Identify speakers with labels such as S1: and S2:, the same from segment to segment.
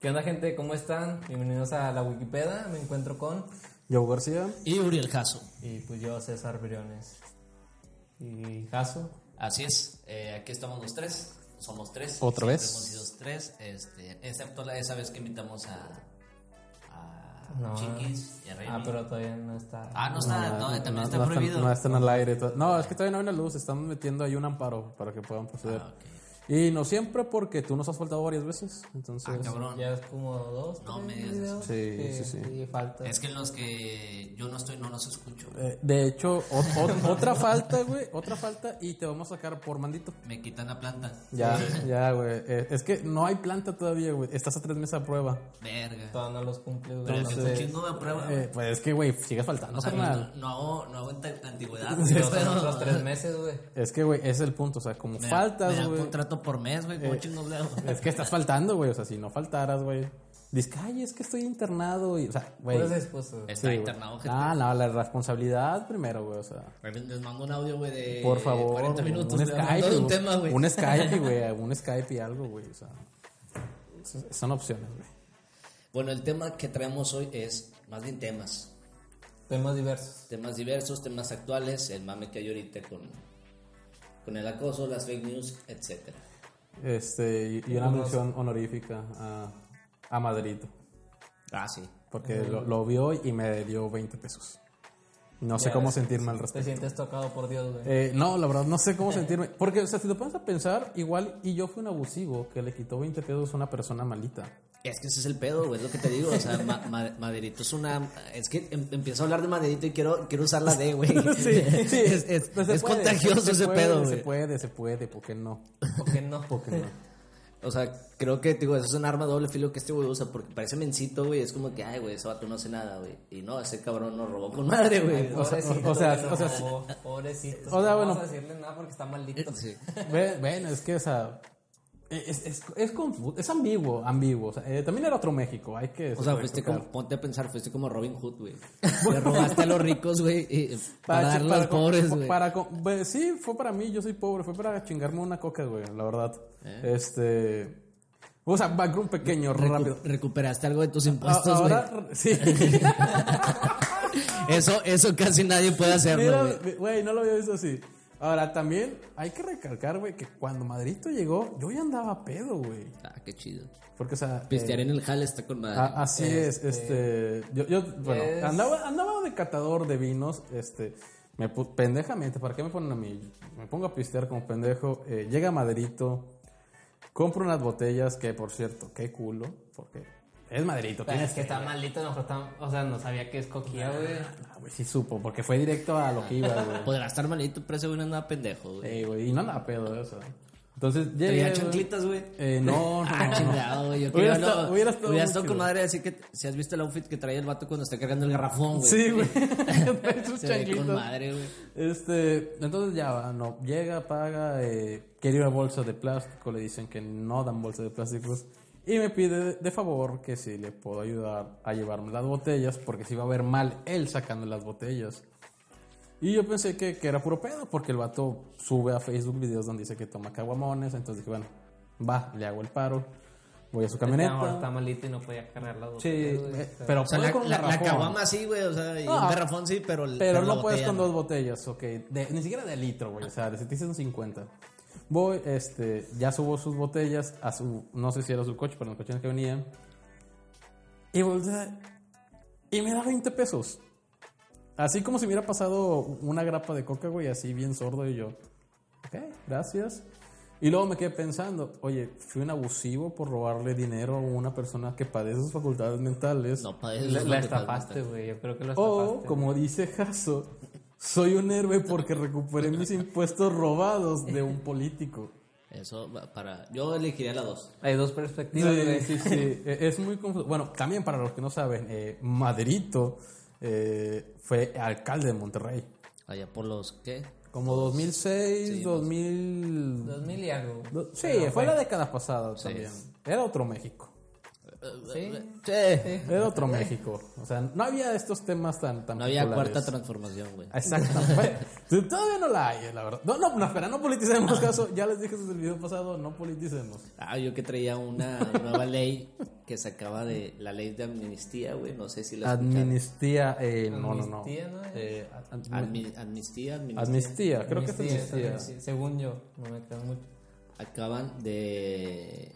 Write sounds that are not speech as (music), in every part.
S1: ¿Qué onda, gente? ¿Cómo están? Bienvenidos a la Wikipedia. Me encuentro con.
S2: Yo García.
S3: Y Uriel Jasso.
S1: Y pues yo, César Briones. Y Jaso.
S3: Así es, eh, aquí estamos los tres. Somos tres.
S2: ¿Otra vez?
S3: Hemos sido tres, este, excepto la, esa vez que invitamos a. a
S1: No.
S3: Chiquis y a Remy.
S1: Ah, pero todavía no está.
S3: Ah, no está, no, también está
S2: no están-
S3: prohibido. Ah,
S2: no están al aire. to- No, es que todavía no hay una luz. Estamos metiendo ahí un amparo para que puedan proceder.
S3: Ah, ok.
S2: Y no siempre porque tú nos has faltado varias veces. Entonces,
S3: Ah, cabrón.
S1: Ya es como dos.
S3: No
S1: tres
S3: me digas
S1: videos
S2: eso. Sí,
S1: que-
S2: sí, sí.
S1: que falta.
S3: Es que en los que yo no estoy, no los escucho.
S2: eh, de hecho, o- o- otra falta, güey. Otra falta y te vamos a sacar por mandito.
S3: Me quitan la planta.
S2: Ya, ya, güey. Eh, es que no hay planta todavía, güey. Estás a tres meses a prueba.
S3: Verga.
S1: Todavía no los cumple.
S3: pero es que es un
S1: entonces-
S3: chingo de prueba.
S2: Eh, pues es que, güey, sigues faltando,
S3: o sea,
S2: carnal.
S3: Ah, no, no hago, no hago ante- antigüedad.
S1: Pero
S3: pero-
S1: son otros tres meses, güey.
S2: Es que, güey, ese es el punto. O sea, como
S3: me da- me
S2: faltas,
S3: da un
S2: güey. Eh,
S3: contrato por mes, güey. ¿Cómo chingos le hago?
S2: Es que estás faltando, güey. O sea, si no faltaras, güey. Dices, ay, es que estoy internado. Y, o sea, güey.
S1: Puras excusas.
S3: Está
S2: Sí, güey.
S3: internado, gente.
S2: Ah, no, la responsabilidad primero, güey. O sea,
S3: Les mando un audio, güey, de
S2: por favor.
S3: 40
S2: güey,
S3: Eh, minutos.
S2: un
S3: güey, hablando
S2: Skype.
S3: de
S2: güey,
S3: un tema, güey. (laughs)
S2: un Skype, güey. Un Skype y algo, güey. O sea, son- son opciones, güey.
S3: Bueno, el tema que traemos hoy es más bien temas.
S1: Temas diversos.
S3: Temas diversos, temas actuales, el mame que hay ahorita con, con el acoso, las fake news, etc.
S2: Este, y, y una
S1: Unos-
S2: mención honorífica a, a Madrid.
S3: Ah, sí.
S2: Porque lo, lo vio y me dio 20 pesos. No sé
S1: Ya
S2: cómo
S1: ves.
S2: sentirme al
S1: Te
S2: respecto.
S1: sientes tocado por Dios, güey.
S2: Eh, no, la verdad, no sé cómo sentirme. Porque, o sea, si te pones a pensar, igual, y yo fui un abusivo que le quitó 20 pesos a una persona
S3: (laughs)
S2: malita.
S3: Es que ese es el pedo, güey, es lo que te digo. O sea, ma- ma- Maderito es una. Es que em- empiezo a hablar de Maderito y quiero, quiero usar la D,
S2: (laughs)
S3: güey. (laughs) es, es-
S2: No pues, se
S3: es
S2: puede,
S3: contagioso
S2: se
S3: ese
S2: puede,
S3: pedo,
S2: Se
S3: güey.
S2: puede, se puede, ¿por qué no?
S1: ¿Por qué no?
S2: ¿Por qué no?
S3: O sea, creo que, digo, eso es un arma de doble filo que este güey usa porque parece mencito, güey. Es como que, ay, güey, ese vato no hace nada, güey. Y no, ese cabrón nos robó con madre,
S2: (laughs)
S3: güey.
S2: o sea,
S1: Pobrecito,
S2: o sea,
S1: güey,
S2: o sea,
S1: no,
S3: (laughs)
S1: pobrecito.
S2: o sea,
S1: no
S2: bueno.
S1: vamos a decirle nada porque está maldito.
S3: Sí.
S2: Ven, ven, es que, o sea, es, es, es confu- es ambiguo, ambiguo. o sea, eh, también era otro México, hay que...
S3: O sea, fuiste
S2: recalcar.
S3: como, ponte a pensar, fuiste como Robin Hood,
S2: (laughs)
S3: güey. Le robaste a los ricos, güey, y- para,
S2: chi-
S3: darle a los
S2: para-
S3: pobres,
S2: para-
S3: güey.
S2: para co- pues, sí, fue para mí, yo soy pobre, fue para chingarme una coca, güey, la verdad. Este... O sea, background pequeño,
S3: Eh. Recu-
S2: rápido.
S3: Recuperaste algo de tus
S2: A-
S3: impuestos, güey.
S2: Ahora, sí.
S3: Eso, eso casi nadie puede hacerlo, güey.
S2: Mira, güey, no lo había visto así. Ahora, también hay que recalcar, güey, que cuando Madrito llegó, yo ya andaba pedo, güey.
S3: Ah, qué chido.
S2: Porque, o sea. eh, ah,
S3: Pistear en el jale está con madre.
S2: a- así es, este. Yo, yo, bueno,
S1: es-
S2: andaba, andaba de catador de vinos, este. Me pu- pendejamente, ¿para qué me ponen a mí? Me pongo a pistear como pendejo. eh, llega Madrito, compro unas botellas, que por cierto, qué culo, porque es Madrito.
S1: Pero
S2: tienes
S1: es Pues, que está maldito, a lo mejor está- o sea, no sabía que es coquilla, güey.
S2: Ah, güey, sí supo, porque fue directo a lo que iba, güey.
S3: Podrá estar malito, pero ese güey no andaba pendejo, güey.
S2: Ey, güey, y no andaba pedo eso. Entonces, llegué,
S3: Traía
S2: güey.
S3: chanclitas, güey.
S2: Eh, no, no,
S3: (laughs) Ah,
S2: no.
S3: chingado, güey. Yo
S2: Hubiera
S3: quería
S2: estado-
S3: lo-
S2: hubiera estado
S3: hubiera
S2: muy
S3: estado con
S2: chido.
S3: madre así que si has visto el outfit que trae el vato cuando está cargando el garrafón,
S2: (laughs)
S3: güey.
S2: Sí, güey. (laughs) Trae sus
S3: Se ve con
S2: chanclitas.
S3: madre, güey.
S2: Este, entonces ya, va, no, llega, paga, eh, quiere una bolsa de plástico, le dicen que no dan bolsas de plásticos. Y me pide de, de favor que si le puedo ayudar a llevarme las botellas, porque si va a ver mal él sacando las botellas. Y yo pensé que, que era puro pedo, porque el vato sube a Facebook videos donde dice que toma caguamones. Entonces dije, bueno, va, le hago el paro. Voy a su
S1: A lo mejor Este, está este.
S2: camioneta.
S1: malito y no podía cargar las
S2: Sí,
S1: botellas, güey.
S2: eh, pero
S3: O sea,
S2: puedo
S3: la,
S2: con un
S3: la, la
S2: garrafón.
S3: caguama sí, güey, o sea, y
S2: Ah.
S3: un garrafón sí, pero...
S2: Pero no puedes
S3: la botella
S2: con
S3: no.
S2: dos botellas, ok. De- ni siquiera de litro, güey. O sea, de- te dicen 50. Voy, este, ya subo sus botellas a su, no sé si era su coche, pero en el coche en el que venía. Y voltea, y me da 20 pesos. Así como si me hubiera pasado una grapa de coca, güey, así bien sordo y yo. Ok, gracias. Y luego me quedé pensando, oye, fui un abusivo por robarle dinero a una persona que padece sus facultades mentales.
S3: No, padre,
S1: La, Oh,
S3: no
S1: la
S3: te
S1: estafaste, güey. Yo creo que la
S2: O,
S1: estafaste.
S2: como dice Jaso, soy un héroe porque recuperé mis impuestos robados de un político.
S3: Eso va para... Yo elegiría la dos.
S1: Hay dos
S2: Sí,
S1: perspectivas, güey.
S2: sí, sí. Eh, Es muy confuso. Bueno, también para los que no saben, eh, Maderito eh, fue alcalde de Monterrey.
S3: Allá por los, ¿qué?
S2: Como 2006,
S3: Sí,
S2: 2000...
S1: Dos mil y algo.
S2: do- Sí,
S1: Pero,
S2: fue
S1: güey,
S2: la década pasada también. Era otro México.
S3: Sí.
S2: Era otro México. O sea, no había estos temas tan, tan
S3: No había
S2: populares.
S3: cuarta transformación, güey.
S2: Exactamente. Tú- Todavía no la hay, eh, la verdad. No, no, no, espera, no politicemos caso. Ya les dije desde el video pasado, no politicemos.
S3: Ah, yo que traía una nueva ley que sacaba de la ley de amnistía, güey. No sé si la escucharon.
S2: Administía, eh, no, no, no.
S1: Amnistía, ¿no?
S2: Eh, admi-
S3: Admi- amnistía, amnistía.
S2: amnistía, creo que
S1: Amnistía,
S2: es amnistía.
S1: esa amnistía. este Según yo, no me crean mucho.
S3: Acaban de.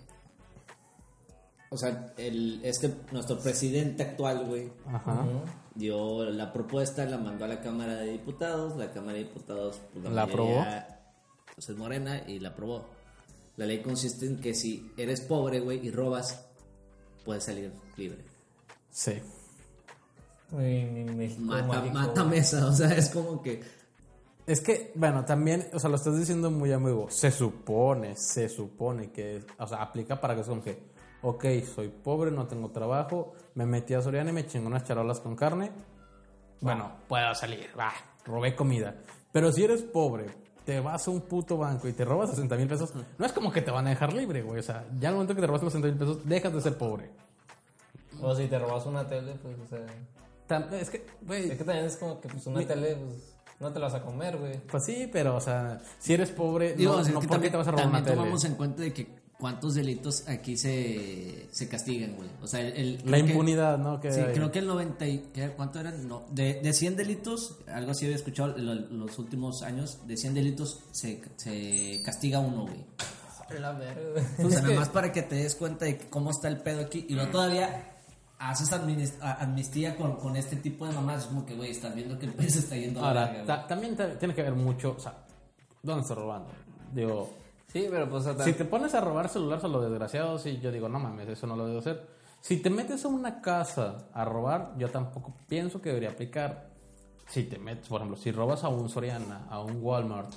S3: O sea, el, este, nuestro presidente actual, güey,
S1: Ah.
S2: Ajá.
S3: dio la propuesta, la mandó a la Cámara de Diputados. La Cámara de Diputados pues,
S2: ¿La aprobó?
S3: pues, es morena y la aprobó. La ley consiste en que si eres pobre, güey, y robas, puedes salir libre.
S2: Sí.
S1: Uy, mi México
S3: Mata,
S1: mágico,
S3: mata
S1: güey.
S3: mesa, o sea, es como que.
S2: Es que, bueno, también, o sea, lo estás diciendo muy amigo. Se supone, se supone que, es- o sea, aplica para que es como que, ok, soy pobre, no tengo trabajo, me metí a Soriana y me chingo unas charolas con carne. Bueno, puedo salir, va, robé comida. Pero si eres pobre, te vas a un puto banco y te robas 60 mil pesos, no es como que te van a dejar libre, güey. O sea, ya al momento que te robas los 60 mil pesos, dejas de ser pobre.
S1: O si te robas una tele, pues, o sea.
S2: Tam- es que, güey,
S1: Es que también es como que, pues, una tele, pues, no te la vas a comer, güey.
S2: pues sí, pero, o sea, si eres pobre,
S3: Digo,
S2: no,
S3: es
S2: no
S3: que
S2: ¿por qué
S3: también-
S2: te vas a robar una
S3: también
S2: tele?
S3: tomamos en cuenta de que cuántos delitos aquí se, se castigan, güey. O sea, el,
S2: La
S3: creo que-
S2: impunidad, ¿no? Que
S3: sí,
S2: hay.
S3: creo que el 90 y, ¿qué? ¿cuánto eran? No, de, de 100 delitos, algo así había escuchado en lo- los últimos años, de 100 delitos se, se castiga uno, güey.
S1: La verga,
S3: O sea, nada más para que te des cuenta de cómo está el pedo aquí y luego todavía haces adminis- a- amnistía con, con este tipo de mamás, es como que, güey, estás viendo que el país está yendo a la verga,
S2: Ahora,
S3: güey.
S2: ta- también te- tiene que ver mucho, o sea, ¿dónde estás robando? Digo,
S1: Sí, pero pues, o sea,
S2: si te pones a robar celulares a los desgraciados, y yo digo, no mames, eso no lo debo hacer. Si te metes a una casa a robar, yo tampoco pienso que debería aplicar. Si te metes, por ejemplo, si robas a un Soriana, a un Walmart,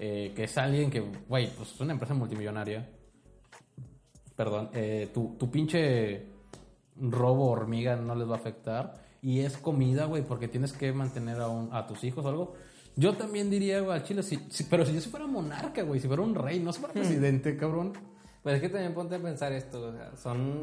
S2: eh, que es alguien que, güey, pues es una empresa multimillonaria. Perdón, eh, tu, tu pinche robo hormiga no les va a afectar. Y es comida, güey, porque tienes que mantener a, un- a tus hijos o algo. Yo también diría, güey, al Chile, si- si- pero si yo si fuera monarca, güey, si fuera un rey, no si fuera presidente, cabrón.
S1: Pues es que también ponte a pensar esto, o sea, son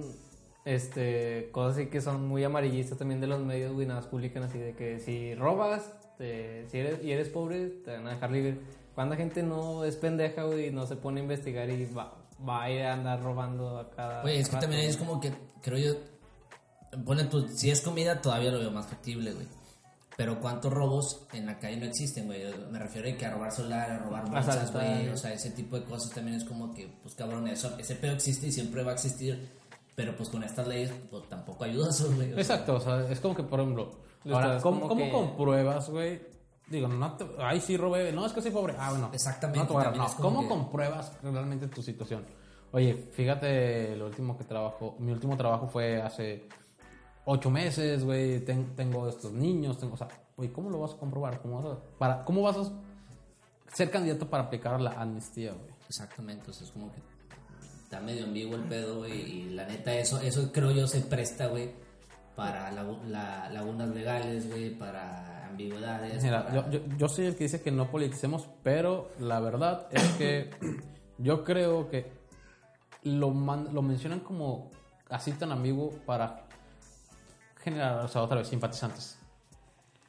S1: este, cosas así que son muy amarillistas también de los medios, güey, nada más publican así de que si robas te- si eres, y eres pobre, te van a dejar libre. ¿Cuánta gente no es pendeja, güey, y no se pone a investigar y va, va a ir a andar robando a cada
S3: Güey, es que
S1: rato,
S3: también
S1: güey?
S3: es como que, creo yo, ponen tú, si es comida todavía lo veo más factible, güey. Pero ¿cuántos robos en la calle no existen, güey? Me refiero a que a robar solar, a
S2: Ah,
S3: robar bolsas,
S1: Asaltar.
S3: güey. O sea, ese tipo de cosas también es como que, pues cabrón, eso, ese pedo existe y siempre va a existir. Pero pues con estas leyes, pues tampoco ayuda (laughs) eso, güey. O sea,
S2: Exacto, o sea, es como que, por ejemplo,
S1: Lo
S2: ahora,
S1: estás
S2: ¿cómo,
S1: como
S2: cómo
S1: que-
S2: compruebas, güey? Digo, no te, ay, sí robé, no, es que soy pobre. Ah, bueno.
S3: Exactamente,
S2: No te voy a
S3: también
S2: agarrar,
S3: es
S2: no.
S3: como
S2: ¿Cómo
S3: que-
S2: compruebas realmente tu situación? Oye, fíjate, lo último que trabajo, mi último trabajo fue hace ocho meses, güey, ten- tengo estos niños, tengo, o sea, güey, ¿cómo lo vas a comprobar? ¿Cómo vas a, para, cómo vas a ser candidato para aplicar la amnistía, güey?
S3: Exactamente, o sea, es como que está medio ambiguo el pedo, güey. Y la neta, eso, eso creo yo se presta, güey, para lagu- la- lagunas legales, güey, para ambigüedades.
S2: Mira,
S3: para-
S2: yo, yo- yo soy el que dice que no politicemos, pero la verdad es que (clears throat) yo creo que lo, man- lo mencionan como así tan ambiguo para generar, o sea, otra vez, simpatizantes.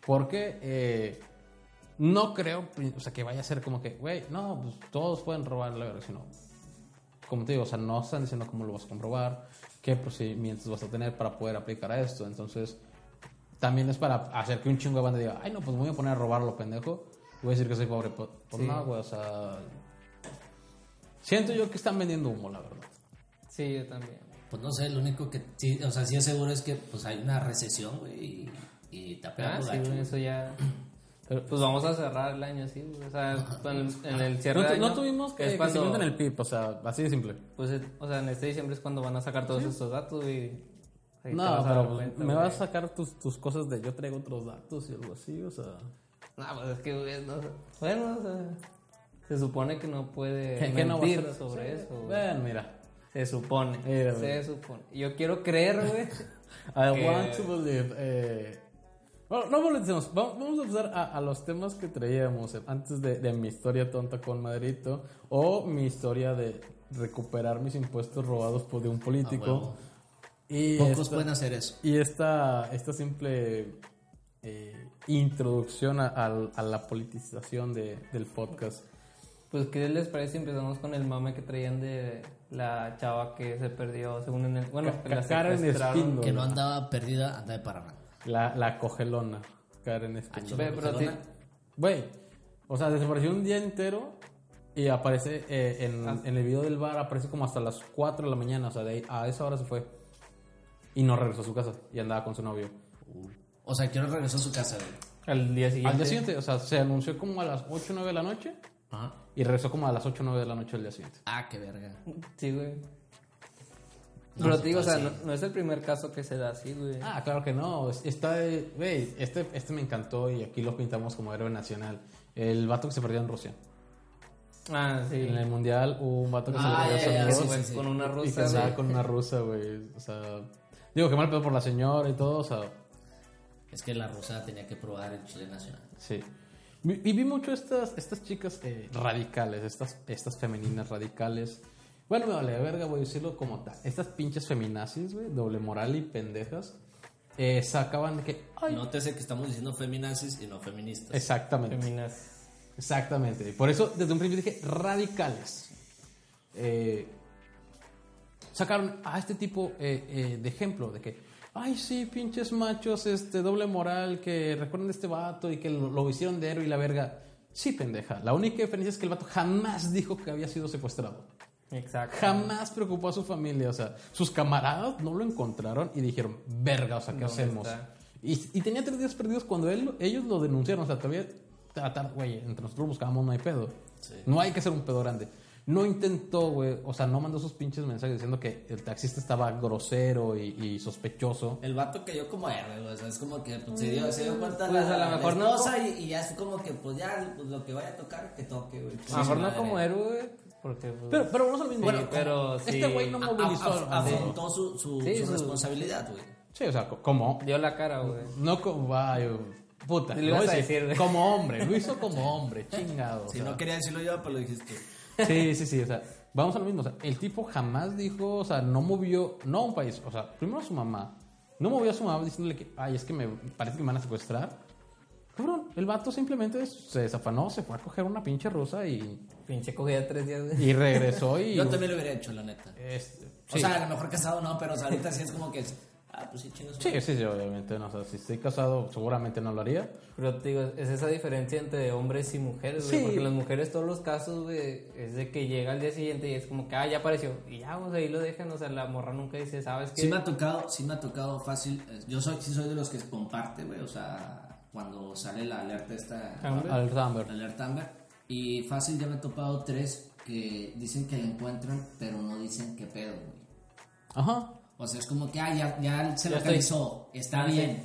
S2: Porque eh, no creo, o sea, que vaya a ser como que, güey, no, pues todos pueden robar la verdad, sino, como te digo, o sea, no están diciendo cómo lo vas a comprobar, qué procedimientos vas a tener para poder aplicar a esto. Entonces, también es para hacer que un chingo de banda diga, ay, no, pues me voy a poner a robar a lo pendejo y voy a decir que soy pobre. Pues, pues
S1: Sí.
S2: no, güey, o sea. Siento yo que están vendiendo humo, la verdad.
S1: Sí, yo también.
S3: Pues no sé, lo único que sí, o sea, sí es seguro es que pues hay una recesión, güey, y, y te
S1: Ah,
S3: apegan
S1: sí, güey, eso ya... Pero, pues vamos a cerrar el año así, güey, o sea, en el, en el cierre
S2: No,
S1: de
S2: tu- no
S1: año,
S2: tuvimos
S1: es
S2: que,
S1: cuando-
S2: en el PIB, o sea, así de simple.
S1: Pues, eh, o sea, en este diciembre es cuando van a sacar todos estos datos y... ahí te
S2: No,
S1: vas a dar
S2: pero pues,
S1: cuenta,
S2: me
S1: güey.
S2: vas a sacar tus, tus cosas de yo traigo otros datos y algo así, o sea.
S1: No, pues es que, güey, no sé. Bueno, o sea, se supone que no
S2: (laughs)
S1: puede
S2: ¿qué- qué no vas a
S1: mentir
S2: hacer?
S1: sobre
S2: Sí,
S1: eso, güey.
S2: Bueno, mira.
S1: Se supone.
S2: Mira,
S1: se
S2: güey.
S1: supone. Yo quiero creer, güey. (laughs)
S2: I
S1: Que-
S2: want to believe. eh, Bueno, no volvemos. Vamos vamos a pasar a, a los temas que traíamos eh, antes de, de mi historia tonta con Madrito o mi historia de recuperar mis impuestos robados por de un político.
S3: Ah, huevo.
S2: Y
S3: Pocos
S2: esta-
S3: pueden hacer eso.
S2: Y esta, esta simple eh, introducción a, al- a la politización de- del podcast.
S1: Pues, ¿qué les parece si empezamos con el mame que traían de la chava que se perdió, según en el... Bueno,
S2: Ca-
S1: que la
S2: Karen
S1: secuestraron.
S2: Espíndola.
S3: Que no andaba perdida, andaba de parranda.
S2: La, la cogelona. Karen Espinosa.
S1: Ve, pero sí,
S3: Barcelona.
S2: Güey, o sea, desapareció un día entero y aparece eh, en,
S1: Ah.
S2: en el video del bar, aparece como hasta las 4 de la mañana. O sea, de ahí- a esa hora se fue. Y no regresó a su casa y andaba con su novio.
S3: O sea, que no regresó a su casa, güey.
S1: al día siguiente.
S2: Al día siguiente, o sea, se anunció como a las 8 o 9 de la noche
S3: Ajá.
S2: y regresó como a las 8 o 9 de la noche al día siguiente.
S3: Ah, qué verga.
S1: Sí, güey.
S3: No,
S1: pero te digo, o sea,
S3: sí.
S1: no, no es el primer caso que se da así, güey.
S2: Ah, claro que no. es- Está, de- güey, este, este me encantó y aquí lo pintamos como héroe nacional. El vato que se perdió en Rusia.
S1: Ah, sí.
S2: En el mundial hubo un vato que
S3: Ah,
S2: se perdió en
S3: ya, ya,
S1: Que
S3: sí,
S1: se
S3: sí,
S1: fue
S3: sí.
S1: Con una
S2: Y que
S1: rusa,
S2: andaba
S1: güey.
S2: con una rusa, güey. O sea, digo que mal pedo por la señora y todo, o sea,
S3: Es que la rusa tenía que probar el chile nacional.
S2: sí. Vi- Y vi mucho estas, estas chicas eh, radicales, estas, estas femeninas radicales. Bueno, me vale verga, voy a decirlo como tal. Estas pinches feminazis, güey, doble moral y pendejas, eh, sacaban de que. Ay,
S3: Nótese que estamos diciendo feminazis y no feministas.
S2: exactamente.
S1: Feminas.
S2: Exactamente. Y Por eso desde un principio dije radicales. Eh, sacaron a este tipo eh, eh, de ejemplo de que, ay sí, pinches machos, este doble moral, que recuerden de este vato y que lo, lo hicieron de héroe y la verga. Sí, pendeja. La única diferencia es que el vato jamás dijo que había sido secuestrado.
S1: Exacto.
S2: Jamás preocupó a su familia. O sea, sus camaradas no lo encontraron y dijeron, verga, o sea, ¿qué
S1: ¿Dónde
S2: hacemos?
S1: está?
S2: Y, y tenía tres días perdidos cuando él, ellos lo denunciaron. O sea, todavía tratar, güey, entre nosotros buscábamos, no hay pedo.
S3: Sí.
S2: No hay que hacer un pedo grande. No intentó, güey, o sea, no mandó sus pinches mensajes diciendo que el taxista estaba grosero y, y sospechoso.
S3: El vato cayó como héroe, güey, o sea, es como que pues, se, dio, se dio cuenta
S1: Pues,
S3: la,
S1: a lo
S3: la
S1: mejor no
S3: esposa y, y ya es como que, pues ya, pues, lo que vaya a tocar, que toque, güey.
S1: A lo mejor no
S3: Madre.
S1: como héroe, güey, porque... pues,
S2: Pero, pero vamos al mismo.
S1: Sí, pero
S2: este
S1: sí.
S2: güey no
S1: A-
S3: A- a-
S2: movilizó.
S3: a-
S2: a-
S3: afrontó su, su,
S1: Sí,
S3: su
S1: su-
S3: responsabilidad, güey.
S2: Sí, o sea, como,
S1: Dio la cara, güey.
S2: No como. ay, puta.
S1: Le
S2: lo voy
S1: ibas a
S2: decir,
S1: decir, güey.
S2: como hombre. Lo hizo como hombre. Chingado. o
S3: Si
S2: sea.
S3: no quería decirlo yo, pues lo dijiste.
S2: Sí, sí, sí. O sea, vamos a lo mismo. O sea, el tipo jamás dijo. O sea, no movió. No a un país. O sea, primero a su mamá. No movió a su mamá diciéndole que. Ay, es que me parece que me van a secuestrar. Cabrón, el vato simplemente se desafanó. Se fue a coger una pinche rusa y.
S1: Pinche cogida tres días, güey.
S2: Y regresó (laughs) y.
S3: Yo también lo hubiera hecho, la neta.
S2: Este,
S3: O
S2: sí.
S3: sea, a lo mejor casado no, pero o sea, ahorita sí es como que, ah, pues sí, chingos.
S2: Sí, sí, sí, obviamente. No, o sea, si estoy casado, seguramente no lo haría.
S1: Pero te digo, es esa diferencia entre hombres y mujeres, güey.
S2: Sí.
S1: Porque las mujeres, todos los casos, güey, es de que llega al día siguiente y es como que, ah, ya apareció. Y ya, o sea, ahí lo dejan. O sea, la morra nunca dice, ¿sabes qué?
S3: Sí me ha tocado, sí me ha tocado fácil. eh, Yo soy, sí soy de los que comparte, güey. O sea, cuando sale la alerta esta,
S1: Amber.
S2: Al Amber.
S3: la alerta Amber, y fácil ya me he topado tres que dicen que la encuentran, pero no dicen qué pedo, güey.
S2: Ajá.
S3: O sea, es como que, ah, ya, ya se
S1: Ya
S3: localizó, está
S1: Ah, sí.
S3: bien.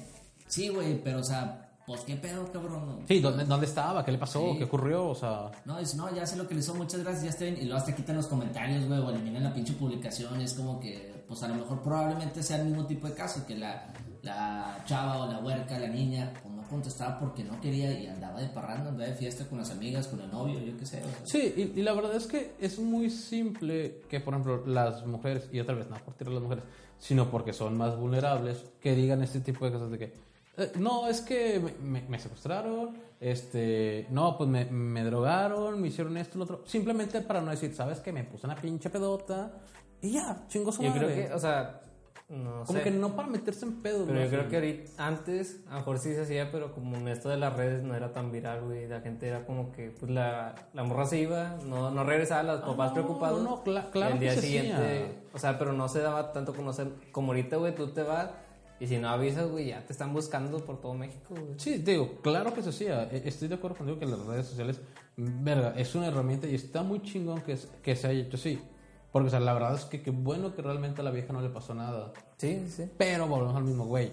S3: Sí, güey, pero o sea, pues qué pedo, cabrón.
S2: Sí, ¿dónde, dónde estaba? ¿Qué le pasó?
S3: Sí.
S2: ¿Qué ocurrió? O sea,
S3: No, dice, no, ya se localizó, muchas gracias, ya está bien. Y luego hasta quitan los comentarios, güey, o eliminan la pinche publicación. Es como que, pues a lo mejor probablemente sea el mismo tipo de caso, que la, la chava o la huerca, la niña, pues no contestaba porque no quería y andaba de parranda, andaba de fiesta con las amigas, con el novio, yo qué sé. o sea.
S2: sí, y, y la verdad es que es muy simple que, por ejemplo, las mujeres, y otra vez, no por tirar a las mujeres, sino porque son más vulnerables, que digan este tipo de cosas de que, eh, no, es que me, me- me secuestraron, este, no, pues me, me drogaron, me hicieron esto, lo otro, simplemente para no decir, ¿sabes qué? Me puse una pinche pedota y ya, chingo su
S1: Yo creo
S2: madre.
S1: que, o sea, no
S2: Como
S1: sé.
S2: que no para meterse en pedo.
S1: Pero yo creo que ahorita, antes, a lo mejor sí se hacía, pero como en esto de las redes no era tan viral, güey. La gente era como que, pues la, la morra se iba, no, no regresaba, las papás
S2: Ah, no,
S1: preocupados.
S2: no, cla- claro
S1: Y el
S2: que
S1: día
S2: se
S1: siguiente,
S2: hacía.
S1: o sea, pero no se daba tanto conocer. Como ahorita, güey, tú te vas y si no avisas, güey, ya te están buscando por todo México, güey.
S2: Sí, te digo, claro que eso sí, eh, Estoy de acuerdo contigo que las redes sociales, verga, es una herramienta y está muy chingón que, es- que se haya hecho así. Porque, o sea, la verdad es que qué bueno que realmente a la vieja no le pasó nada.
S1: Sí, sí.
S2: Pero volvemos al mismo, güey.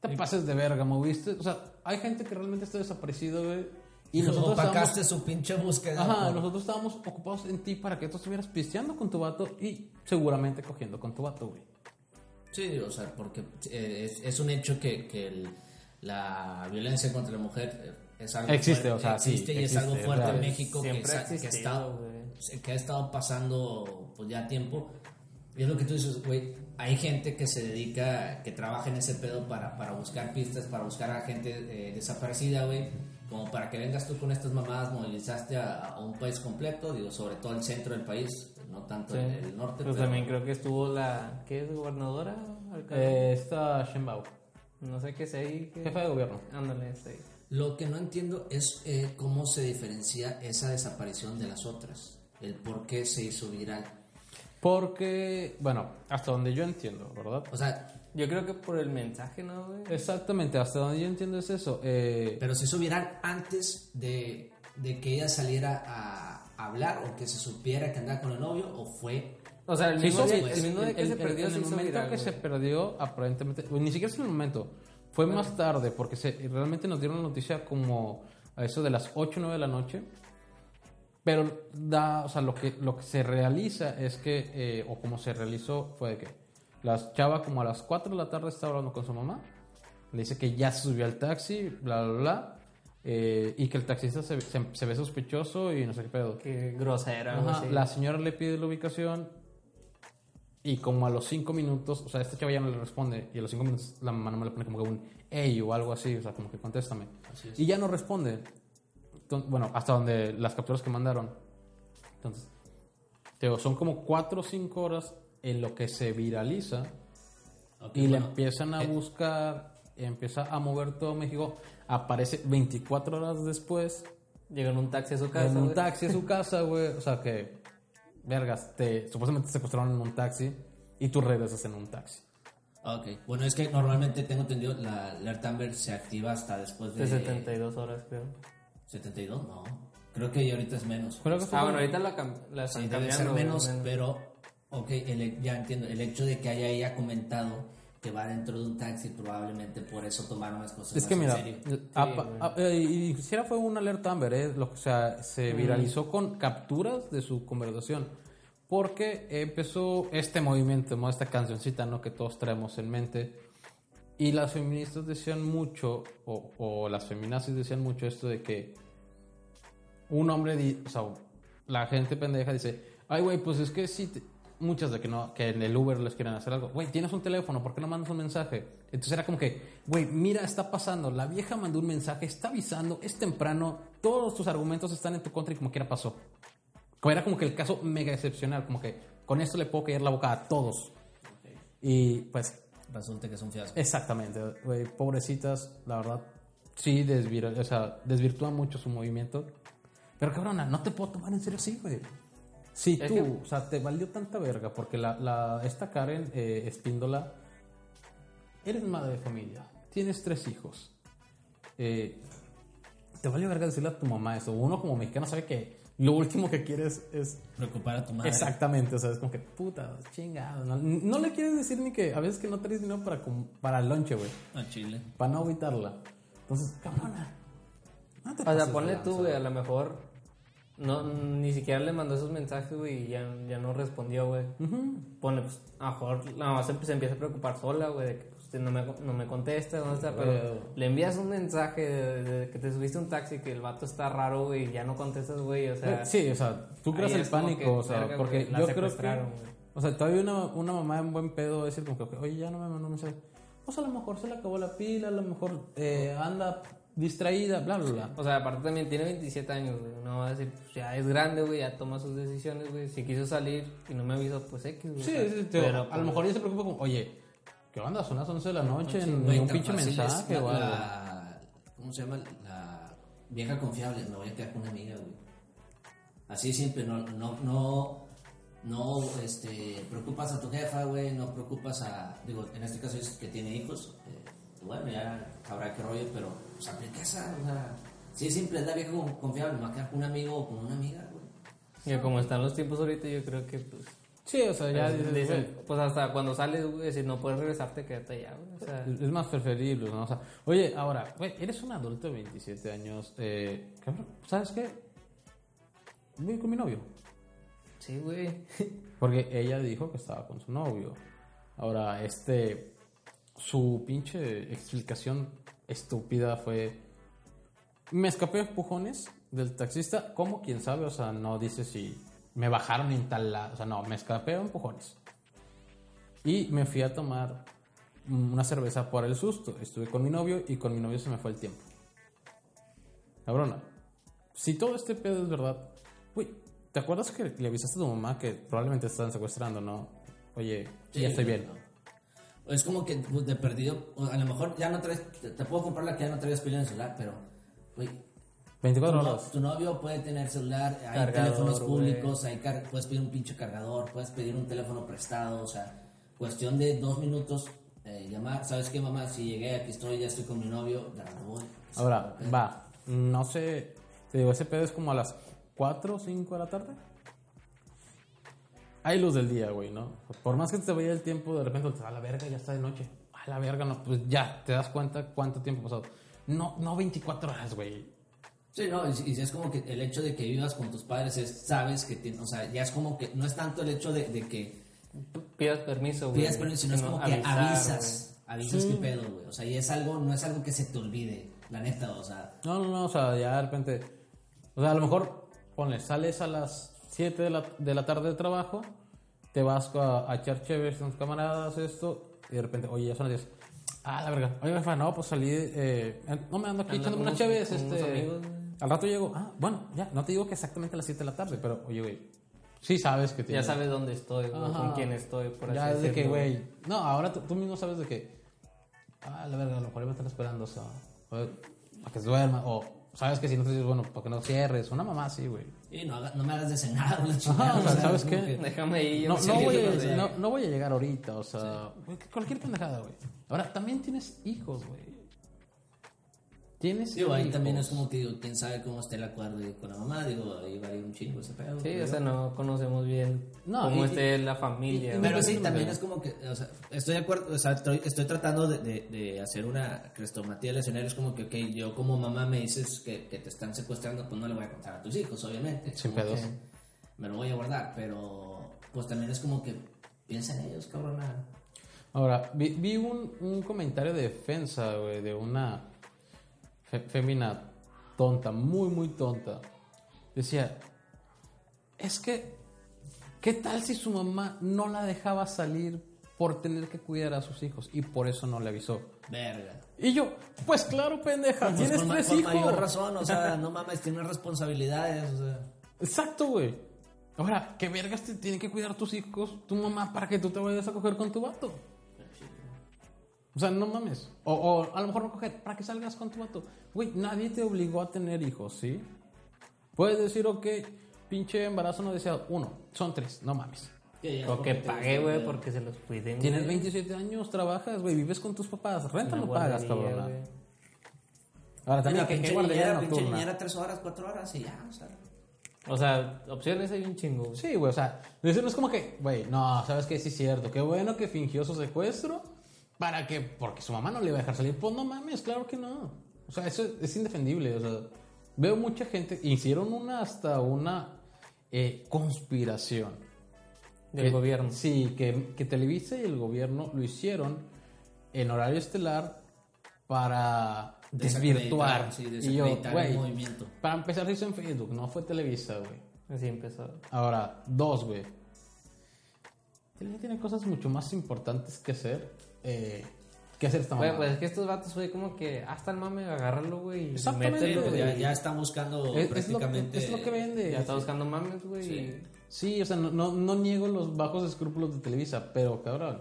S2: Te pases de verga, moviste. O sea, hay gente que realmente está desaparecido, güey. Y nosotros estábamos,
S3: Opacaste su pinche búsqueda.
S2: ajá,
S3: por-
S2: nosotros estábamos ocupados en ti para que tú estuvieras pisteando con tu vato y seguramente cogiendo con tu vato, güey.
S3: Sí, o sea, porque eh, es, es un hecho que, que el- la violencia contra la mujer eh, es algo
S2: Existe,
S3: fuerte,
S2: o sea, sí,
S3: existe y
S2: existe,
S3: es algo fuerte
S2: claro.
S3: en México que,
S1: Siempre
S3: sa-
S1: ha
S3: que,
S1: existido,
S3: está- que ha estado pasando pues ya tiempo Y es lo que tú dices, güey. Hay gente que se dedica, que trabaja en ese pedo para, para buscar pistas, para buscar a gente eh, desaparecida, güey. Como para que vengas tú con estas mamadas, movilizaste a, a un país completo, digo, sobre todo el centro del país, no tanto
S1: Sí.
S3: el, el norte.
S1: Pues
S3: pero-
S1: también creo que estuvo la. ¿Qué es? ¿Gobernadora? Alcalde.
S2: Eh, está Shenbao,
S1: no sé qué es ahí. que-
S2: jefe de gobierno.
S1: Ándale, este.
S3: Lo que no entiendo es eh, cómo se diferencia esa desaparición de las otras, el por qué se hizo viral.
S2: Porque, bueno, hasta donde yo entiendo, ¿verdad?
S3: O sea,
S1: Yo creo que por el mensaje, ¿no, güey?
S2: Exactamente, hasta donde yo entiendo es eso. Eh,
S3: pero se hizo viral antes de, de que ella saliera a hablar o que se supiera que andaba con el novio o fue...
S1: O sea, el
S2: se
S1: mismo,
S2: hizo
S1: día-
S2: vi-
S1: pues, el mismo día que
S2: el-
S1: se
S2: el-
S1: perdió,
S2: en
S1: se
S2: el
S1: hizo
S2: momento
S1: viral,
S2: que se
S1: güey.
S2: perdió, aparentemente, bueno, ni siquiera es en el momento, fue más tarde, porque se, realmente nos dieron la noticia como a eso de las 8 o 9 de la noche. Pero da, o sea, lo que, lo que se realiza es que, eh, o como se realizó, fue de que la chava como a las 4 de la tarde está hablando con su mamá, le dice que ya se subió al taxi, bla, bla, bla, eh, y que el taxista se, se- se ve sospechoso y no sé qué pedo.
S1: Qué grosera,
S2: Ajá,
S1: algo así.
S2: La señora le pide la ubicación y como a los cinco minutos, o sea, este chavo ya no le responde y a los cinco minutos la mamá no me le pone como que un hey o algo así, o sea, como que contéstame.
S3: Así es.
S2: Y ya no responde. Enton- bueno, hasta donde las capturas que mandaron. Entonces, te digo, son como cuatro o cinco horas en lo que se viraliza
S3: Ok,
S2: y le
S3: bueno,
S2: empiezan a
S3: eh,
S2: buscar, empieza a mover todo México. Aparece 24 horas después
S1: Llegó en un taxi a su casa.
S2: en un
S1: güey.
S2: taxi a su casa, güey. O sea que, vergas, te supuestamente te secuestraron en un taxi y tú regresas en un taxi.
S3: ok. Bueno, es que normalmente tengo entendido la alert Amber se activa hasta después de...
S1: De 72 horas, creo.
S3: 72, no. Creo que ya ahorita es menos.
S2: Creo que fue
S1: Ah,
S2: como-
S1: bueno, ahorita la, cam- la
S3: Sí,
S1: están
S3: debe ser
S1: cambiando, güey,
S3: menos, pero, ok, el he- ya entiendo, el hecho de que haya ella comentado que va dentro de un taxi, probablemente por eso tomaron las cosas
S2: Es que
S3: más
S2: mira,
S3: en serio.
S2: apa- a- eh, y quisiera fue un alerta Amber, eh, lo, o sea, se viralizó con capturas de su conversación. Porque empezó este movimiento, ¿no? esta cancioncita ¿no? que todos traemos en mente. Y las feministas decían mucho, o, o las feminazis decían mucho esto de que un hombre, di- o sea, la gente pendeja dice, ay, güey, pues es que sí, te- muchas de que no, que en el Uber les quieren hacer algo, güey, tienes un teléfono, ¿por qué no mandas un mensaje? Entonces era como que, güey, mira, está pasando, la vieja mandó un mensaje, está avisando, es temprano, todos tus argumentos están en tu contra y como quiera pasó. Como era como que el caso mega excepcional, como que con esto le puedo caer la boca a todos. Y pues
S3: Resulta que es un fiasco.
S2: Exactamente, güey, pobrecitas, la verdad, sí desvira, o sea, desvirtúa mucho su movimiento. Pero cabrona, no te puedo tomar en serio así, güey. Si
S1: Es
S2: tú,
S1: que-
S2: o sea, te valió tanta verga, porque la, la- esta Karen eh, Espíndola, eres madre de familia, tienes tres hijos. Eh, te valió verga decirle a tu mamá eso. Uno como mexicano sabe que lo último que quieres es
S3: Preocupar a tu madre.
S2: Exactamente, o sea, es como que puta, chingado. No, no le quieres decir ni que a veces que no traes dinero para, com- para el lonche, güey,
S3: A Chile.
S2: para no agüitarla. Entonces, cabrona. no te
S1: O
S2: pases
S1: sea,
S2: de
S1: ponle
S2: lanza,
S1: tú, güey, a lo mejor no, ni siquiera le mandó esos mensajes, güey, y ya, ya no respondió, güey. Ponle, pues, a lo mejor la mamá se, se empieza a preocupar sola, güey, de que pues, no, me, no me contesta, ¿dónde está? Pero
S2: Güey.
S1: le envías un mensaje de, de que te subiste a un taxi, que el vato está raro, güey, y ya no contestas, güey, o sea...
S2: Güey, Sí, o sea, tú creas
S1: ahí
S2: el
S1: es como
S2: pánico,
S1: que,
S2: o sea,
S1: verga,
S2: porque
S1: güey, la
S2: yo creo que.
S1: secuestraron, güey.
S2: O sea, todavía una, una mamá en buen pedo decir como que, oye, ya no me mandó mensaje. Pues a lo mejor se le acabó la pila, a lo mejor eh, anda distraída, bla, bla, bla.
S1: O sea, aparte también tiene 27 años, güey. No va a decir, pues, ya es grande, güey, ya toma sus decisiones, güey. Si quiso salir y no me avisó, pues X, güey.
S2: Sí,
S1: o sea,
S2: sí, sí, te digo,
S1: pero,
S2: a lo
S1: pues,
S2: mejor ella se preocupa como, oye, ¿qué onda? Son las 11 de la noche, ni
S3: Güey,
S2: un
S3: tan
S2: pinche
S3: fácil es
S2: mensaje
S3: la-
S2: o algo.
S3: la- ¿Cómo se llama? La vieja confiable. Me voy a quedar con una amiga, güey. Así siempre, no, no, no, no, este, preocupas a tu jefa, güey, no preocupas a, digo, en este caso es que tiene hijos, eh, bueno, ya sabrá qué rollo, pero, pues, aplica esa, o sea, sí siempre es la vieja con- confiable, me voy a quedar con un amigo o con una amiga, güey.
S1: yo como están los tiempos ahorita, yo creo que, pues...
S2: Sí, o sea, ya dices,
S1: dicen,
S2: güey,
S1: pues hasta cuando sales, güey, si no puedes regresarte, quédate allá, güey. O sea,
S2: Es más preferible, ¿no? O sea, oye, ahora, güey, eres un adulto de 27 años. Eh, cabrón, ¿sabes qué? Voy con mi novio.
S1: sí, güey.
S2: Porque ella dijo que estaba con su novio. Ahora, este. Su pinche explicación estúpida fue. Me escapé a empujones del taxista. ¿Cómo? ¿Quién sabe? O sea, no dice si me bajaron en tal lado. O sea, no, me escapé a empujones. Y me fui a tomar una cerveza por el susto. Estuve con mi novio y con mi novio se me fue el tiempo. Cabrona, si todo este pedo es verdad, uy, ¿te acuerdas que le avisaste a tu mamá que probablemente te estaban secuestrando, no? Oye,
S3: Sí,
S2: ya estoy bien.
S3: no. Es como que pues, de perdido, o a lo mejor ya no traes, te, te puedo comprar la que ya no traes pila en el celular, pero, güey, tu,
S2: 24
S3: no-
S2: horas.
S3: tu novio puede tener celular, hay
S2: Cargador,
S3: teléfonos
S2: güey.
S3: públicos, hay car- puedes pedir un pinche cargador, puedes pedir un teléfono prestado, o sea, cuestión de dos minutos, eh, llamar, ¿sabes qué, mamá? Si llegué, aquí estoy, ya estoy con mi novio, ya me voy.
S2: Ahora, va, no sé, te digo, ese pedo es como a las 4 o 5 de la tarde. Hay luz del día, güey, ¿no? Por más que te vaya el tiempo, de repente a la verga, ya está de noche. A la verga, no, pues ya, te das cuenta cuánto tiempo ha pasado. No, no 24 horas, güey.
S3: Sí, no, y, y es como que el hecho de que vivas con tus padres es, sabes que, tien- o sea, ya es como que, no es tanto el hecho de, de que
S1: Pidas permiso, güey.
S3: pidas permiso, sino es
S1: Sino
S3: como que
S1: avisar,
S3: avisas, avisas qué pedo, güey, o sea, y es algo, no es algo que se te olvide, la neta, o sea,
S2: No, no, no, o sea, ya de repente. O sea, a lo mejor, ponle, sales a las 7 de la, de la tarde de trabajo, te vas a, a echar chéveres con tus camaradas, esto, y de repente, oye, ya son las 10. Ah, la verga. Oye, jefa, no, pues salí. eh, no me ando aquí
S1: Ando
S2: echando
S1: con
S2: unas
S1: unos-
S2: chéveres,
S1: con unos
S2: este.
S1: amigos, güey.
S2: al rato llego. Ah, bueno, ya, no te digo que exactamente a las 7 de la tarde, pero, oye, güey, sí sabes que
S1: güey. Ya sabes dónde estoy, güey,
S2: Ajá.
S1: con quién estoy, por así
S2: Ya es de que,
S1: decirlo,
S2: güey. No, ahora tú, tú mismo sabes de que. Ah, la verga, a lo mejor me están esperando, o sea. Para que se duerma. O sabes que si no te dices, bueno, para que no cierres. Una mamá así, güey.
S3: y no, haga- no me hagas de cenar, (laughs) güey,
S2: Ajá, o sea, ¿sabes
S3: como
S2: qué?
S3: que-
S1: Déjame ir. yo
S2: No,
S1: me
S2: no,
S1: siento
S2: voy
S1: con
S2: a,
S1: ella.
S2: no, no voy a llegar ahorita, o sea. güey, Cualquier pendejada, güey. Ahora, también tienes hijos, güey. Tienes.
S3: Digo, ahí
S2: hijos.
S3: también es como que, digo, quién sabe cómo esté el acuerdo digo, con la mamá, digo, ahí varía un chingo ese pedo.
S1: Sí,
S3: digo.
S1: o sea, no conocemos bien
S2: No,
S1: cómo
S2: y-
S1: esté la familia. güey.
S3: Pero sí,
S2: Independientemente.
S3: también es como que, o sea, estoy de acuerdo, o sea, estoy, estoy tratando de, de- de hacer una crestomatía del escenario, es como que, ok, yo como mamá me dices que, que te están secuestrando, pues no le voy a contar a tus hijos, obviamente.
S2: Sin
S3: Como
S2: pedos.
S3: que Me lo voy a guardar, pero pues también es como que piensa en ellos, cabrona.
S2: Ahora, vi, vi un, un comentario de defensa, güey, de una fe- fémina tonta, muy, muy tonta. Decía, es que, ¿qué tal si su mamá no la dejaba salir por tener que cuidar a sus hijos y por eso no le avisó?
S3: Verga.
S2: Y yo, pues claro, pendeja,
S3: Pues,
S2: tienes
S3: con ma-
S2: tres
S3: con
S2: hijos.
S3: mayor razón, o sea, no mames, tiene responsabilidades, o sea.
S2: Exacto, güey. Ahora, ¿qué vergas te tienen que cuidar tus hijos, tu mamá, para que tú te vayas a coger con tu vato? O sea, no mames. O, o a lo mejor no coger, para que salgas con tu vato. Güey, nadie te obligó a tener hijos, ¿sí? Puedes decir, ok, pinche embarazo no deseado. Uno, son tres, no mames.
S3: Que ya
S1: O que
S3: te
S1: pague,
S3: gusta,
S1: güey, porque se los cuiden.
S2: Tienes
S1: güey.
S2: 27 años, trabajas, güey, vives con tus papás, renta
S1: Una
S2: no pagas,
S1: guardería,
S2: cabrona.
S1: güey.
S2: Ahora también,
S3: Mira,
S2: ¿qué-
S3: pinche
S2: ¿qué guardería
S3: niñera, pinche
S2: nocturna?
S3: niñera tres horas, cuatro horas y ya, o sea.
S1: O sea, opciones hay un chingo. güey.
S2: Sí, güey, o sea, decir, no es como que, güey, no, sabes que sí es cierto, qué bueno que fingió su secuestro para que, porque su mamá no le iba a dejar salir. Pues no mames, claro que no. O sea, eso es indefendible. O sea, veo mucha gente, hicieron una hasta una eh, conspiración.
S1: Del
S2: Que-
S1: gobierno.
S2: Sí, que, que Televisa y el gobierno lo hicieron en horario estelar para desvirtuar.
S3: Desacreditar, Sí,
S2: y yo,
S3: desacreditar el
S2: güey,
S3: movimiento.
S2: para empezar se hizo en Facebook, no fue Televisa, güey.
S1: Así empezó.
S2: Ahora, dos, güey. Televisa tiene cosas mucho más importantes que hacer. eh, que hacer esta
S1: Güey,
S2: mamada.
S1: pues es que estos vatos, güey, como que hasta el mame, agárralo, güey, y
S2: Exactamente,
S1: mételo,
S2: güey.
S1: güey.
S3: pues, Ya, ya están buscando
S2: Es- es, lo,
S3: prácticamente.
S2: es lo que vende.
S1: Ya está buscando mames, güey. y-
S2: Sí, o sea, no, no, no niego los bajos escrúpulos de Televisa, pero cabrón.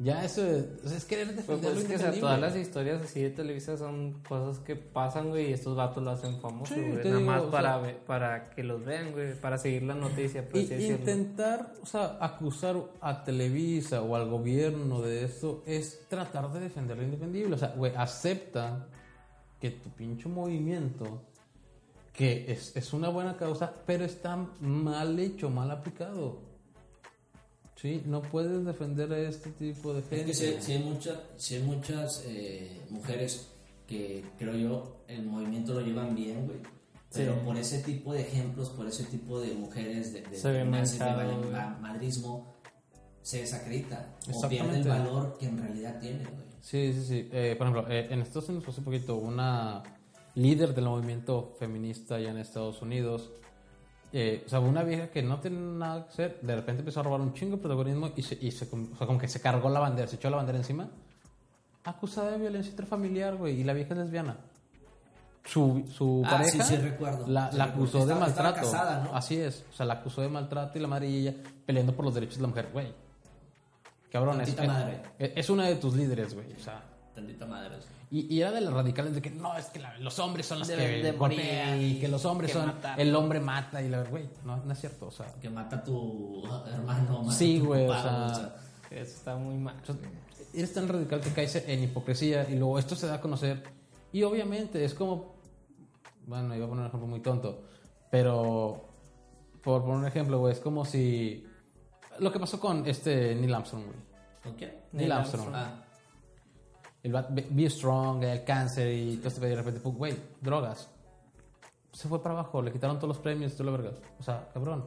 S2: Ya eso es, o sea, es querer
S1: Pues,
S2: defender
S1: pues,
S2: lo
S1: es que o sea,
S2: indefendible.
S1: todas las historias así de Televisa son cosas que pasan, güey, y estos vatos lo hacen famoso,
S2: Sí,
S1: güey.
S2: te
S1: Nada
S2: digo,
S1: más
S2: o
S1: para,
S2: sea-
S1: ve- para que los vean, güey, para seguir la noticia, pues, por
S2: Y
S1: así decirlo.
S2: intentar, o sea, acusar a Televisa o al gobierno de esto es tratar de defender lo indefendible. O sea, güey, acepta que tu pinche movimiento, que es, es una buena causa, pero está mal hecho, mal aplicado. Sí, no puedes defender a este tipo de
S3: Es
S2: gente.
S3: que sí, sí hay, mucha- sí hay muchas eh, mujeres que creo yo el movimiento lo llevan bien, güey. Pero
S1: Sí.
S3: por ese tipo de ejemplos, por ese tipo de mujeres de, de,
S1: Se ve
S3: gimnasias, de
S1: manchado,
S3: valen-
S1: güey.
S3: ma- madrismo, se desacredita o
S2: Exactamente.
S3: pierde el valor que en realidad tiene, güey.
S2: Sí, sí, sí. Eh, por ejemplo, eh, en Estados Unidos hace poquito una líder del movimiento feminista allá en Estados Unidos eh, o sea, una vieja que no tenía nada que hacer, de repente empezó a robar un chingo de protagonismo y, se, y se com- o sea, como que se cargó la bandera, se echó la bandera encima. Acusada de violencia intrafamiliar, güey, y la vieja es lesbiana. Su, su
S3: Ah,
S2: pareja
S3: sí, sí, recuerdo.
S2: la,
S3: Sí,
S2: la
S3: recuerdo.
S2: acusó de
S3: Estaba- estaba
S2: maltrato.
S3: casada, ¿no?
S2: Así es, o sea, la acusó de maltrato y la madre y ella peleando por los derechos de la mujer, güey. Cabrón, es,
S3: Tantita madre.
S2: es, es una de tus líderes, güey. O sea,
S3: Tantita madre. o sea.
S2: y, y era de los radicales de que no, es que la- los hombres son los
S1: Deben
S2: que
S1: de
S2: golpean
S1: morir,
S2: y que los hombres
S1: que
S2: son.
S1: matar.
S2: El hombre mata y la güey, no, no es cierto, o sea.
S3: Que mata a tu (laughs) hermano, mata
S2: Sí,
S3: a tu
S2: güey, o
S3: papá,
S2: sea,
S3: o sea,
S1: Eso está muy mal.
S2: Eres tan radical que caes en hipocresía y luego esto se da a conocer. Y obviamente es como. Bueno, iba a poner un ejemplo muy tonto, pero. Por poner un ejemplo, güey, es como si. Lo que pasó con este Neil Armstrong, güey.
S3: ¿Con quién?
S2: Neil Armstrong.
S3: Ah,
S2: El bat- be, be strong, el cáncer y todo este pedo, y de repente, pum, güey, drogas. Se fue para abajo, le quitaron todos los premios, todo lo verga. O sea, cabrón.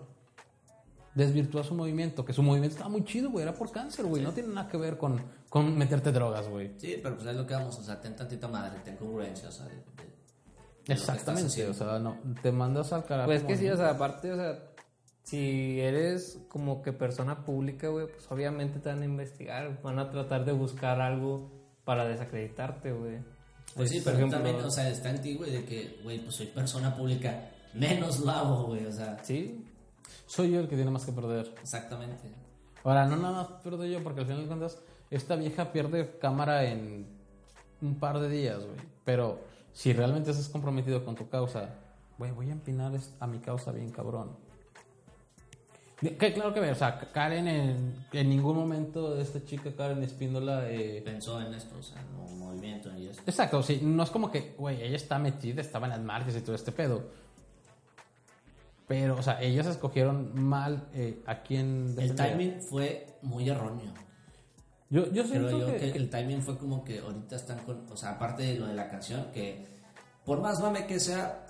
S2: Desvirtuó su movimiento, que su movimiento estaba muy chido, güey, era por cáncer, güey. No tiene nada que ver con, con meterte drogas, güey.
S3: sí, pero pues es lo que vamos, o sea, ten tantita madre, ten congruencia, o sea, de- pues de- de lo que estás
S2: Exactamente,
S3: haciendo.
S2: o sea, no, te mandas al carajo.
S1: Pues es que sí,
S2: güey.
S1: o sea, aparte, o sea, si eres como que persona pública, güey, pues obviamente te van a investigar, van a tratar de buscar algo para desacreditarte, güey.
S3: Pues sí,
S1: Por
S3: pero
S1: ejemplo,
S3: también, o sea, está en ti, güey, de que, güey, pues soy persona pública, menos lo hago, güey, o sea,
S1: Sí,
S2: Soy yo el que tiene más que perder.
S3: exactamente.
S2: Ahora, no nada más pierdo yo, porque al final de cuentas, esta vieja pierde cámara en un par de días, güey. Pero si realmente estás comprometido con tu causa, güey, voy a empinar es- a mi causa bien cabrón. De- Que claro que, o sea, Karen en, en ningún momento, esta chica Karen Espíndola, eh,
S3: Pensó en esto, o sea, no movimiento y eso.
S2: Exacto, sí, no es como que, güey, ella está metida, estaba en las marcas y todo este pedo. Pero, o sea, ellos escogieron mal eh, a quién
S3: El
S2: defender.
S3: timing fue muy erróneo.
S2: Yo, yo siento
S3: Creo yo
S2: que,
S3: que el timing fue como que ahorita están con, o sea, aparte de lo de la canción, que por más mame que sea,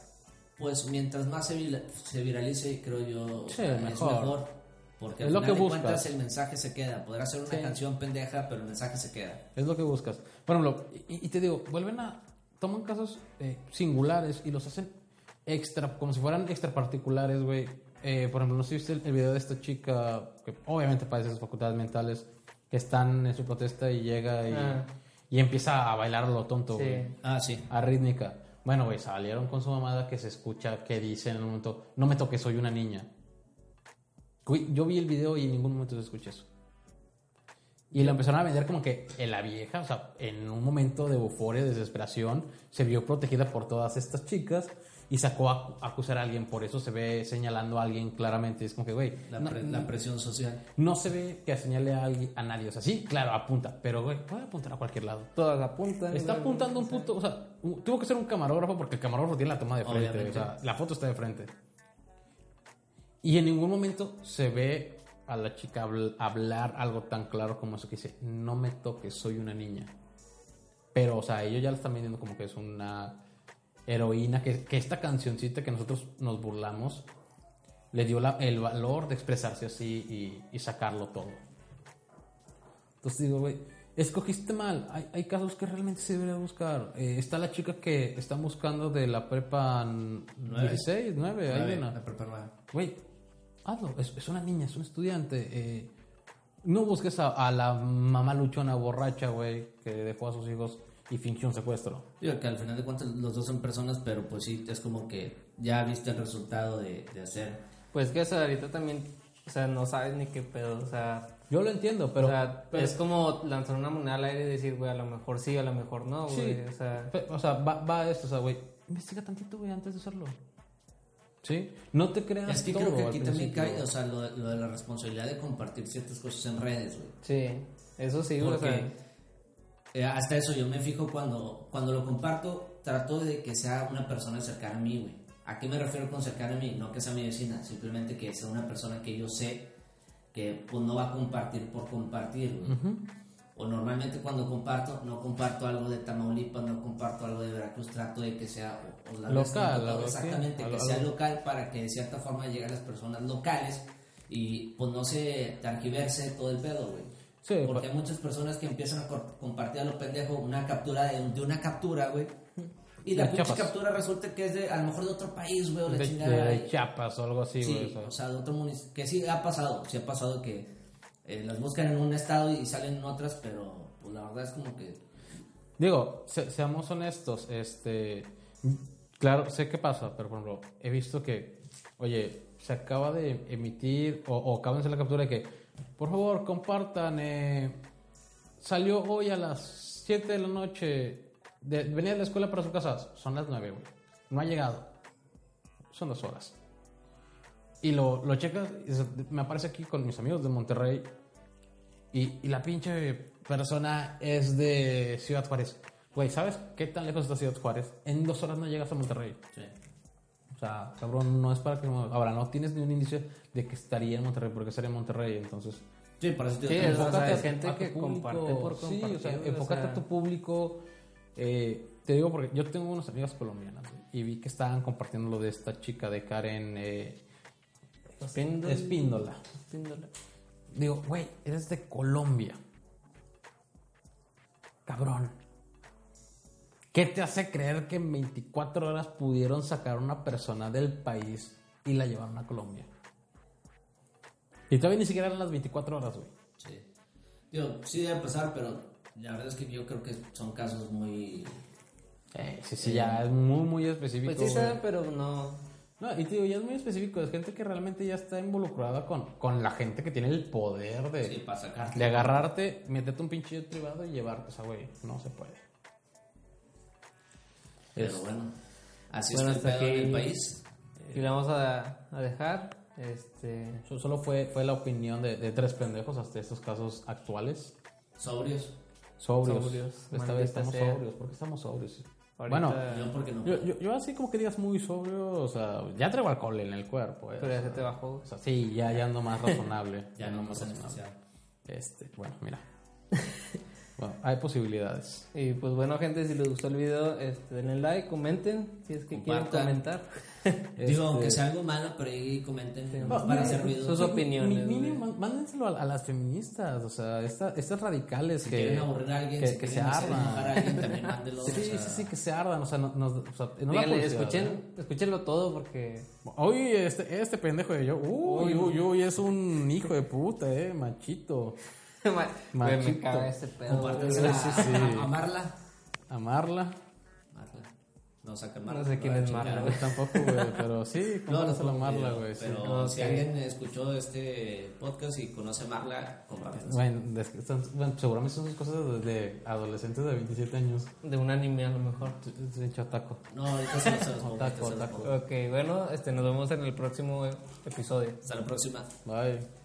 S3: pues mientras más se, vira- se viralice, creo yo,
S2: Sí,
S3: es
S2: mejor.
S3: Porque
S2: Es
S3: al
S2: lo que
S3: final de
S2: buscas.
S3: cuentas el mensaje se queda. Podrá ser una
S2: Sí.
S3: canción pendeja, pero el mensaje se queda.
S2: es lo que buscas. Por ejemplo, y, y te digo, vuelven a. Toman casos eh, singulares y los hacen extra, como si fueran extra particulares, güey. Eh, por ejemplo, no sé si viste el, el video de esta chica que obviamente padece sus facultades mentales, que están en su protesta y llega y,
S1: Ah.
S2: y empieza a bailar a lo tonto,
S1: sí.
S2: güey.
S3: Ah, sí.
S2: a rítmica. Bueno, güey, salieron con su mamada que se escucha que dice en un momento, no me toques, soy una niña. Güey, yo vi el video y en ningún momento se escucha eso. Y lo empezaron a vender como que eh, la vieja, o sea, en un momento de euforia, de desesperación, se vio protegida por todas estas chicas y sacó a a acusar a alguien. Por eso se ve señalando a alguien claramente. Es como que, güey,
S3: La,
S2: no-
S3: pre- la presión social.
S2: no se ve que señale a, alguien, a nadie. O sea, sí, claro, apunta, pero, güey, puede apuntar a cualquier lado.
S1: todas apuntan.
S2: Está
S1: güey.
S2: apuntando un puto, o sea, u- tuvo que ser un camarógrafo porque el camarógrafo tiene la toma de frente,
S3: Obviamente.
S2: o sea, la foto está de frente. Y en ningún momento se ve a la chica habl- hablar algo tan claro como eso que dice, no me toques, soy una niña. Pero, o sea, ellos ya la están vendiendo como que es una heroína, que, que esta cancioncita que nosotros nos burlamos le dio la- el valor de expresarse así y- y sacarlo todo. Entonces digo, güey, escogiste mal. Hay, hay casos que realmente se debería buscar. Eh, está la chica que están buscando de la prepa n-
S3: Nueve.
S2: 16, 9,
S3: La
S2: hay
S3: de-
S2: una.
S3: la prepa nueva.
S2: Güey, hazlo. Es, es una niña, es un estudiante. Eh, no busques a, a la mamá luchona borracha, güey, que dejó a sus hijos y fingió un secuestro.
S3: Digo que al final de cuentas los dos son personas, pero pues sí, es como que ya viste el resultado de, de hacer.
S1: Pues que, o sea, ahorita también, o sea, no sabes ni qué pedo, o sea,
S2: Yo lo entiendo, pero...
S1: o sea,
S2: pero-
S1: es como lanzar una moneda al aire y decir, güey, a lo mejor sí, a lo mejor no, güey,
S2: Sí.
S1: o sea,
S2: Pe- O sea, va, va esto, o sea, güey. Investiga tantito, güey, antes de usarlo. ¿Sí? No te creas
S3: Es que
S2: Ah, todo
S3: creo que
S2: al
S3: aquí también
S2: principio.
S3: cae, o sea, lo, de- lo de la responsabilidad de compartir ciertas cosas en redes, güey.
S1: sí, eso sí, güey, o sea,
S3: Porque eh, hasta eso yo me fijo cuando, cuando lo comparto, trato de que sea una persona cercana a mí, güey. ¿A qué me refiero con cercana a mí? No que sea mi vecina, simplemente que sea una persona que yo sé que pues, no va a compartir por compartir, güey. O normalmente cuando comparto, no comparto algo de Tamaulipas, no comparto algo de Veracruz, trato de que sea o- o la
S2: Local,
S3: vez que me tocó,
S2: algo así,
S3: exactamente,
S2: algo-
S3: que sea
S2: algo-
S3: local para que de cierta forma lleguen las personas locales y pues no se targiverse todo el pedo, güey.
S2: Sí,
S3: Porque
S2: pa-
S3: hay muchas personas que empiezan a cor- compartir a los pendejos una captura de, de una captura, güey. Y la
S2: De
S3: pinche
S2: Chiapas.
S3: captura resulta que es de, a lo mejor de otro país, güey, o la
S2: De,
S3: chingada.
S2: de
S3: y-
S2: Chiapas o algo así, güey.
S3: Sí, o sea, de otro municipio. Que sí ha pasado, sí ha pasado que eh, las buscan en un estado y salen en otras, pero pues la verdad es como que.
S2: Digo, se- seamos honestos, este, claro, sé qué pasa, pero por ejemplo, he visto que, oye, se acaba de emitir o, o acaban de hacer la captura de que, por favor, compartan, eh, salió hoy a las 7 de la noche, de- venía de la escuela para su casa, son las 9, güey, no ha llegado, son dos horas. Y lo, lo checas, y se- me aparece aquí con mis amigos de Monterrey, y, y la pinche persona es de Ciudad Juárez. Güey, ¿sabes qué tan lejos está Ciudad Juárez? En dos horas no llegas a Monterrey.
S3: Sí.
S2: O sea, cabrón, no es para que... no- Ahora, no tienes ni un indicio de que estaría en Monterrey, porque estaría en Monterrey, entonces...
S3: Sí, por eso te
S1: Sí,
S3: digo,
S1: es-
S3: tampoco-
S1: o sea,
S2: enfócate
S1: hay
S2: a-
S1: gente
S2: a tu
S1: que comparte por
S2: Sí, o sea,
S1: compartir, o
S2: enfócate
S1: sea.
S2: a tu público. Eh, te digo porque yo tengo unas amigas colombianas güey, y vi que estaban compartiendo lo de esta chica de Karen eh,
S1: Espíndola.
S2: Espíndola.
S1: Espíndola.
S2: Digo, güey, eres de Colombia. Cabrón. ¿Qué te hace creer que en 24 horas pudieron sacar a una persona del país y la llevaron a Colombia? Y todavía ni siquiera eran las 24 horas, güey.
S3: Sí. Digo, sí debe pasar, pero la verdad es que yo creo que son casos muy.
S2: sí, sí, ya es muy, muy específico.
S1: Pues sí
S2: güey.
S1: saben, pero no.
S2: No, y te digo, ya es muy específico. Es gente que realmente ya está involucrada con, con la gente que tiene el poder de,
S3: Sí, para sacarte.
S2: de agarrarte, meterte un pinche jet privado y llevarte. O sea, güey, no se puede.
S3: Pero bueno, así
S1: Bueno,
S3: está el
S1: hasta
S3: pedo en el
S1: aquí-
S3: país.
S1: Y la vamos a, a dejar. Este.
S2: So- Solo fue, fue la opinión de, de tres pendejos hasta estos casos actuales.
S3: Sobrios.
S2: Sobrios.
S1: Sobrios,
S2: Esta vez
S1: maldita
S2: estamos
S1: sea.
S2: sobrios. ¿Por qué estamos sobrios?
S1: Ahorita-
S2: Bueno,
S3: Yo, porque no.
S2: yo, yo, yo así como que digas muy sobrio, o sea, ya traigo alcohol en el cuerpo. eh,
S1: Pero
S2: o
S1: ya
S2: sea,
S1: se te bajó.
S2: o sea, sí, ya, ya ando
S1: (laughs)
S2: más razonable.
S3: ya no vamos a
S2: razonable.
S3: especial.
S2: Este, bueno, mira. bueno, hay
S1: (laughs)
S2: posibilidades.
S1: Y pues bueno, gente, si les gustó el video, este, denle like, comenten si es que
S3: Compartan.
S1: quieren comentar.
S3: Digo, aunque
S2: Este,
S3: sea algo malo, pero ahí comenten nomás para hacer ruido.
S1: sus
S3: Si
S1: opiniones,
S2: mi- mínimo,
S1: güey.
S2: man- mándenselo a, a las feministas, o sea, esta- estas radicales que,
S3: quieren aburrir a alguien,
S2: que,
S3: si
S2: que se
S3: quieren hacer
S2: arman.
S3: enojar a alguien, también mándenlo.
S2: (laughs) Sí,
S3: o sea,
S2: sí, sí, que se ardan, o sea, no, nos- o sea, no da
S1: Díganle,
S2: curiosidad, ¿eh?
S1: escuchen, escúchenlo todo porque
S2: Uy, este, este pendejo de yo, uy, uy, uy, es un hijo de puta, eh, machito.
S1: (laughs) Ma- güey, me
S2: Machito.
S1: caga este pedo.
S3: Compártensela
S1: güey.
S2: Sí, sí, sí.
S3: a- a- amarla.
S2: Amarla.
S3: Amarla. No saca amarla.
S1: No sé quién
S3: la
S1: es
S3: chingada.
S1: Marla,
S2: No,
S1: güey.
S2: tampoco, güey, pero sí,
S3: (laughs) No, no
S2: compártaselo a Marla, güey. sí.
S3: Pero
S1: Ok.
S3: si alguien escuchó este podcast y conoce a Marla, compártelo.
S2: Bueno, des- son- bueno, seguramente son cosas de, de adolescentes de 27 años.
S1: De un anime a lo mejor.
S2: De hecho, ataco.
S3: No, ahorita se
S2: (laughs)
S3: los- se los pongo,
S2: Otaku,
S3: ahorita se
S2: otaku.
S3: los pongo.
S1: Ok, bueno, este, nos vemos en el próximo episodio.
S3: Hasta la próxima.
S2: Bye.